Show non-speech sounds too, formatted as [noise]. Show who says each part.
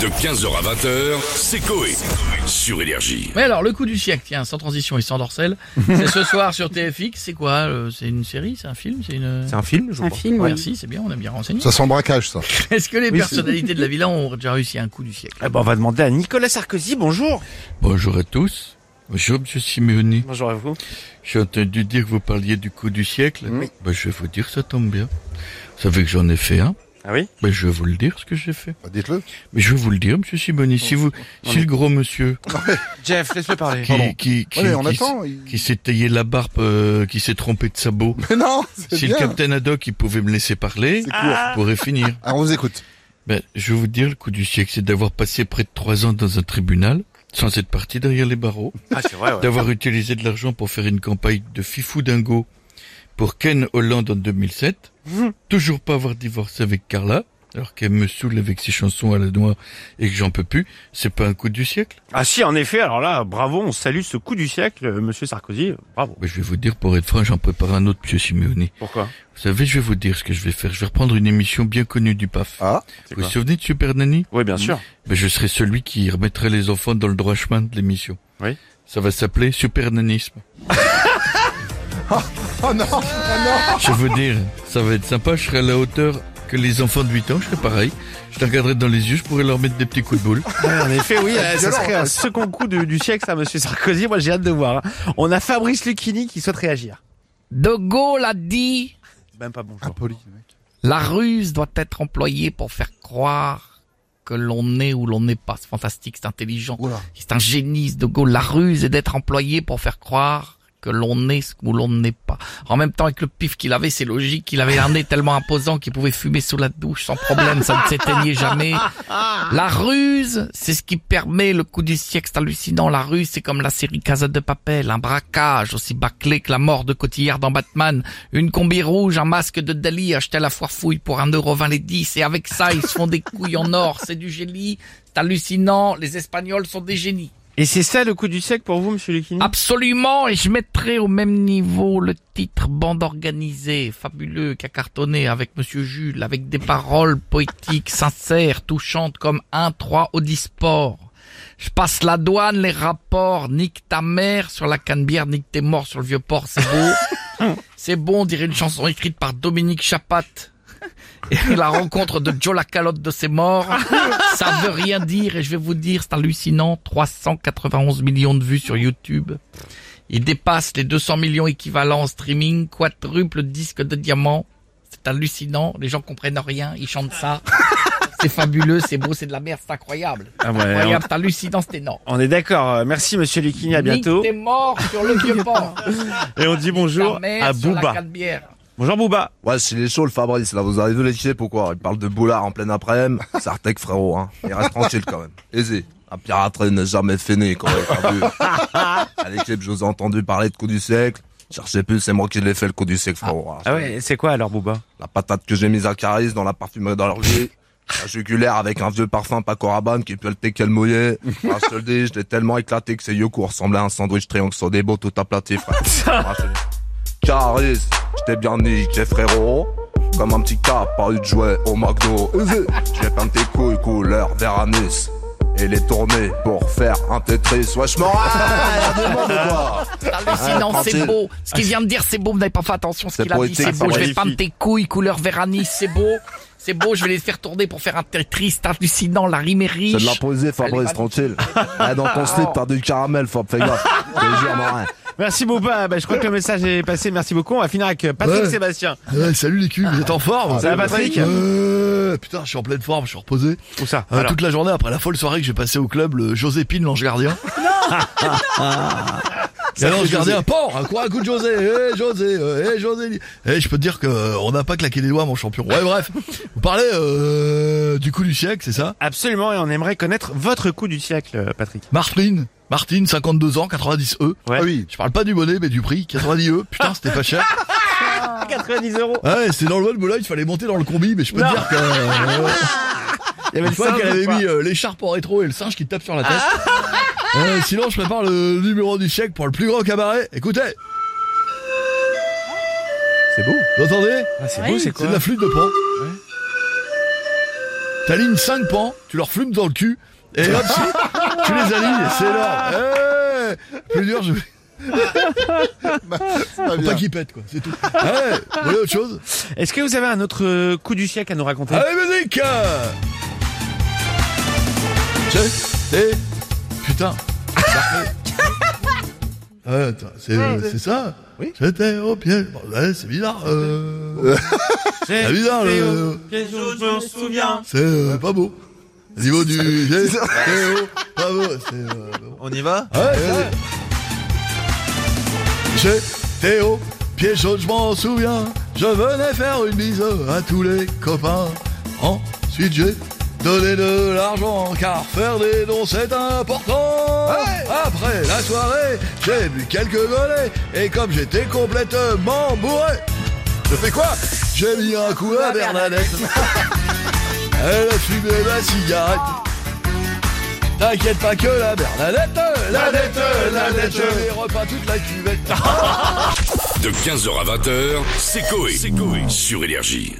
Speaker 1: De 15h à 20h, c'est Coé. Sur Énergie.
Speaker 2: Mais alors, le coup du siècle, tiens, sans transition et sans dorselle, c'est ce soir sur TFX. C'est quoi euh, C'est une série C'est un film C'est une. Ah,
Speaker 3: C'est un film, je
Speaker 4: Un
Speaker 3: crois.
Speaker 4: film, oui.
Speaker 2: Merci, c'est bien, on a bien renseigné.
Speaker 5: Ça sent le braquage, ça.
Speaker 2: Est-ce que les
Speaker 3: Oui,
Speaker 2: personnalités de la villa ont déjà réussi un coup du siècle
Speaker 3: Eh ben, on va demander à Nicolas Sarkozy, bonjour.
Speaker 6: Bonjour à tous. Bonjour Monsieur Simeoni.
Speaker 3: Bonjour à vous.
Speaker 6: J'ai entendu dire que vous parliez du coup du siècle. Ben, je vais vous dire, ça tombe bien. Vous savez que j'en ai fait un.
Speaker 3: Ah oui
Speaker 6: Ben, je vais vous le dire ce que j'ai fait.
Speaker 5: Bah, Dites-le.
Speaker 6: Mais je vais vous le dire, Monsieur Simeoni. Si vous, si le gros monsieur
Speaker 3: Jeff, laisse-le parler.
Speaker 6: qui qui qui,
Speaker 5: Ouais, on
Speaker 6: qui,
Speaker 5: attend.
Speaker 6: s-
Speaker 5: il-
Speaker 6: qui s'est taillé la barbe, euh, qui s'est trompé de sabot.
Speaker 5: Mais non, c'est
Speaker 6: Si
Speaker 5: bien.
Speaker 6: le capitaine Haddock il pouvait me laisser parler,
Speaker 5: C'est court.
Speaker 6: je pourrais
Speaker 5: [laughs]
Speaker 6: finir.
Speaker 5: Alors, Ah, on vous écoute.
Speaker 6: Ben, je vais vous dire, le coup du siècle, c'est d'avoir passé près de trois ans dans un tribunal sans être parti derrière les barreaux.
Speaker 3: Ah, c'est vrai, ouais.
Speaker 6: d'avoir utilisé de l'argent pour faire une campagne de fifou dingo pour Ken Holland en 2007,
Speaker 5: Mhm.
Speaker 6: toujours pas avoir divorcé avec Carla, alors qu'elle me saoule avec ses chansons à la noix et que j'en peux plus, c'est pas un coup du siècle.
Speaker 3: Ah si, en effet, alors là, bravo, on salue ce coup du siècle, euh, monsieur Sarkozy, bravo.
Speaker 6: Mais Ben, je vais vous dire, pour être franc, j'en prépare un autre, monsieur Simeoni.
Speaker 3: Pourquoi
Speaker 6: Vous savez, je vais vous dire ce que je vais faire. Je vais reprendre une émission bien connue du PAF.
Speaker 5: Ah,
Speaker 3: C'est
Speaker 6: vous vous
Speaker 3: quoi
Speaker 6: souvenez de Super Nanny
Speaker 3: Oui, bien sûr.
Speaker 6: Mais Je serai celui qui remettrait les enfants dans le droit chemin de l'émission.
Speaker 3: Oui.
Speaker 6: Ça va s'appeler Super Nanisme.
Speaker 5: Oh non
Speaker 6: Je veux dire, ça va être sympa, je serai à la hauteur que les enfants de 8 ans, je serai pareil. Je les regarderai dans les yeux, je pourrais leur mettre des petits coups de boule.
Speaker 3: en effet, oui, euh, ça
Speaker 5: violent,
Speaker 3: serait
Speaker 5: hein.
Speaker 3: un second coup de- du siècle, ça, monsieur Sarkozy, moi j'ai hâte de voir. hein. On a Fabrice Lucchini qui souhaite réagir.
Speaker 7: De Gaulle a dit
Speaker 3: C'est Même pas bonjour.
Speaker 5: Impoli, le mec.
Speaker 7: La ruse doit être employée pour faire croire que l'on est ou l'on n'est pas. C'est fantastique, c'est intelligent.
Speaker 5: Oula.
Speaker 7: C'est un génie, ce De Gaulle. La ruse est d'être employée pour faire croire que l'on est ou l'on n'est pas. En même temps, avec le pif qu'il avait, c'est logique. Il avait un nez tellement imposant qu'il pouvait fumer sous la douche sans problème. Ça ne s'éteignait jamais. La ruse, c'est ce qui permet le coup du siècle. C'est hallucinant. La ruse, c'est comme la série Casa de Papel. Un braquage aussi bâclé que la mort de Cotillard dans Batman. Une combi rouge, un masque de Dali acheté à la foire fouille pour 1,20€ les 10. Et avec ça, ils se font des couilles en or. C'est du génie. C'est hallucinant. Les Espagnols sont des génies.
Speaker 3: Et c'est ça le coup du siècle pour vous, monsieur Lucchini
Speaker 7: Absolument, et je mettrai au même niveau le titre Bande organisée, fabuleux, qui a cartonné avec Monsieur Jules, avec des paroles poétiques, sincères, touchantes comme 1-3 Audisport. Je passe la douane, les rapports, nique ta mère sur la canebière, nique tes morts sur le vieux port, c'est beau. c'est bon, on dirait une chanson écrite par Dominique Chapat. Et la rencontre de Joe la calotte de ses morts, ça veut rien dire et je vais vous dire, c'est hallucinant, 391 millions de vues sur YouTube. Il dépasse les 200 millions équivalents en streaming, quadruple disque de diamant. C'est hallucinant, les gens comprennent rien, ils chantent ça. C'est fabuleux, c'est beau, c'est de la merde, c'est incroyable.
Speaker 3: Ah ouais,
Speaker 7: Incroyable, c'est hallucinant, c'est énorme.
Speaker 3: On est d'accord, euh, merci monsieur Lucchini, à bientôt.
Speaker 7: Nick, T'es mort sur le vieux port.
Speaker 3: Et on dit bonjour
Speaker 7: Ta mère
Speaker 3: à
Speaker 7: sur la
Speaker 3: Booba.
Speaker 7: Canebière.
Speaker 3: Bonjour Booba.
Speaker 8: Ouais, c'est les chauds, le Fabrice, là, vous arrivez, les chier, pourquoi Il parle de boulard en pleine après-midi, ça retèque, frérot, hein. Il reste tranquille, quand même. Aisé. Un piraterie n'est jamais fini, quand même. À l'équipe, je vous ai entendu parler de coup du siècle. Cherchez plus, c'est moi qui l'ai fait, le coup du siècle, frérot. hein.
Speaker 3: Ah ouais, c'est quoi alors Booba
Speaker 8: La patate que j'ai mise à Caris dans la parfumerie d'Allergie. La jugulaire avec un vieux parfum Paco Rabanne qui pue le thé qu'elle mouillait. Ah, je te le dis, je l'ai tellement éclaté que ses yogourts ressemblaient à un sandwich triangle sur des bottes tout aplati, frère. Ah, je te dis. Caris, je t'ai bien niqué, frérot. Comme un petit cas, pas eu de jouet au McDo. Je vais peindre tes couilles couleur vert anis. Et les tourner pour faire un Tetris. Ouais, je m'en
Speaker 7: C'est hallucinant,
Speaker 8: Ah,
Speaker 7: c'est
Speaker 8: tranquille.
Speaker 7: beau. Ce qu'il vient de dire, c'est beau, vous n'avez pas fait attention à ce
Speaker 8: C'est
Speaker 7: qu'il a dit,
Speaker 8: poétique,
Speaker 7: c'est
Speaker 8: c'est
Speaker 7: beau. Je vais
Speaker 3: magnifique.
Speaker 7: peindre tes couilles couleur veranis, c'est beau. C'est beau, je vais les faire tourner pour faire un Tetris, c'est hallucinant, la rime est riche.
Speaker 8: C'est de la poésie,
Speaker 7: Elle est
Speaker 8: Fabrice,
Speaker 7: pas-
Speaker 8: tranquille. Ah, dans ton slip, t'as du caramel, Fab, fais
Speaker 7: [laughs]
Speaker 8: gaffe. Je te jure, Morin.
Speaker 3: Merci Booba, bah, je crois que le message est passé, merci beaucoup. On va finir avec euh, Patrick
Speaker 9: Ouais.
Speaker 3: Sébastien.
Speaker 9: Ah Ouais, salut les culs, vous êtes en forme
Speaker 3: Ah, Ça va Patrick
Speaker 9: Euh, Putain, je suis en pleine forme, je suis reposé.
Speaker 3: Où ça
Speaker 9: Euh,
Speaker 3: Alors.
Speaker 9: toute la journée, après la folle soirée que j'ai passée au club, le Josépine, l'ange gardien. Non Et l'ange gardien, port, à quoi un coup de José Eh José, euh, eh José Eh, je peux te dire que euh, on n'a pas claqué les doigts, mon champion. Ouais, bref, vous parlez euh, du coup du siècle, c'est ça
Speaker 3: Absolument, et on aimerait connaître votre coup du siècle, euh, Patrick.
Speaker 9: Martine, Martine, 52 ans, 90 E.
Speaker 3: Ouais.
Speaker 5: Ah oui.
Speaker 9: Je parle pas du bonnet, mais du prix, 90 E. Putain, c'était
Speaker 3: [laughs]
Speaker 9: pas cher.
Speaker 3: 90 euros.
Speaker 9: Ouais, c'était dans le loi de Boulogne, il fallait monter dans le combi, mais je peux te
Speaker 3: Non.
Speaker 9: dire que... euh,
Speaker 3: Il y avait
Speaker 9: Une
Speaker 3: le
Speaker 9: fois
Speaker 3: singe
Speaker 9: qu'elle
Speaker 3: ou
Speaker 9: avait
Speaker 3: pas
Speaker 9: mis euh, l'écharpe en rétro et le singe qui te tape sur la tête. Euh, sinon, je prépare le numéro du chèque pour le plus grand cabaret. Écoutez,
Speaker 3: C'est beau.
Speaker 9: vous entendez
Speaker 3: Ah, c'est beau, c'est
Speaker 9: C'est
Speaker 3: quoi
Speaker 9: de la flûte de pan. T'alignes 5 pans, tu leur flumes dans le cul, et hop, c'est- tu les alignes, c'est [laughs] énorme. Hey plus dur, je. Faut pas qu'ils pètent, quoi, c'est tout. Ah ouais, vous voulez autre chose
Speaker 3: Est-ce que vous avez un autre euh, coup du siècle à nous raconter
Speaker 9: Allez, musique hein. J'ai des... [laughs] Putain parfait. Ouais, attends, c'est euh, c'est ça
Speaker 8: Oui.
Speaker 9: J'étais au pied. Bon, ouais, c'est bizarre. Euh... c'est bizarre. Le... C'est euh, pas beau. Au niveau du. [laughs] C'est c'est haut, pas beau. C'est. euh,
Speaker 4: On y va
Speaker 9: Ouais, ouais. J'ai Théo, pied jaune, je m'en souviens. Je venais faire une bise à tous les copains. Ensuite, j'ai donné de l'argent, car faire des dons, c'est important. Après la soirée, j'ai bu quelques volets, et comme j'étais complètement bourré, je fais quoi J'ai mis un coup à Bernadette. Elle a fumé ma cigarette. T'inquiète pas que la Bernadette, la dette, la dette, je les repas toute la cuvette.
Speaker 1: De 15h à 20h, c'est Coé. Sur Énergie.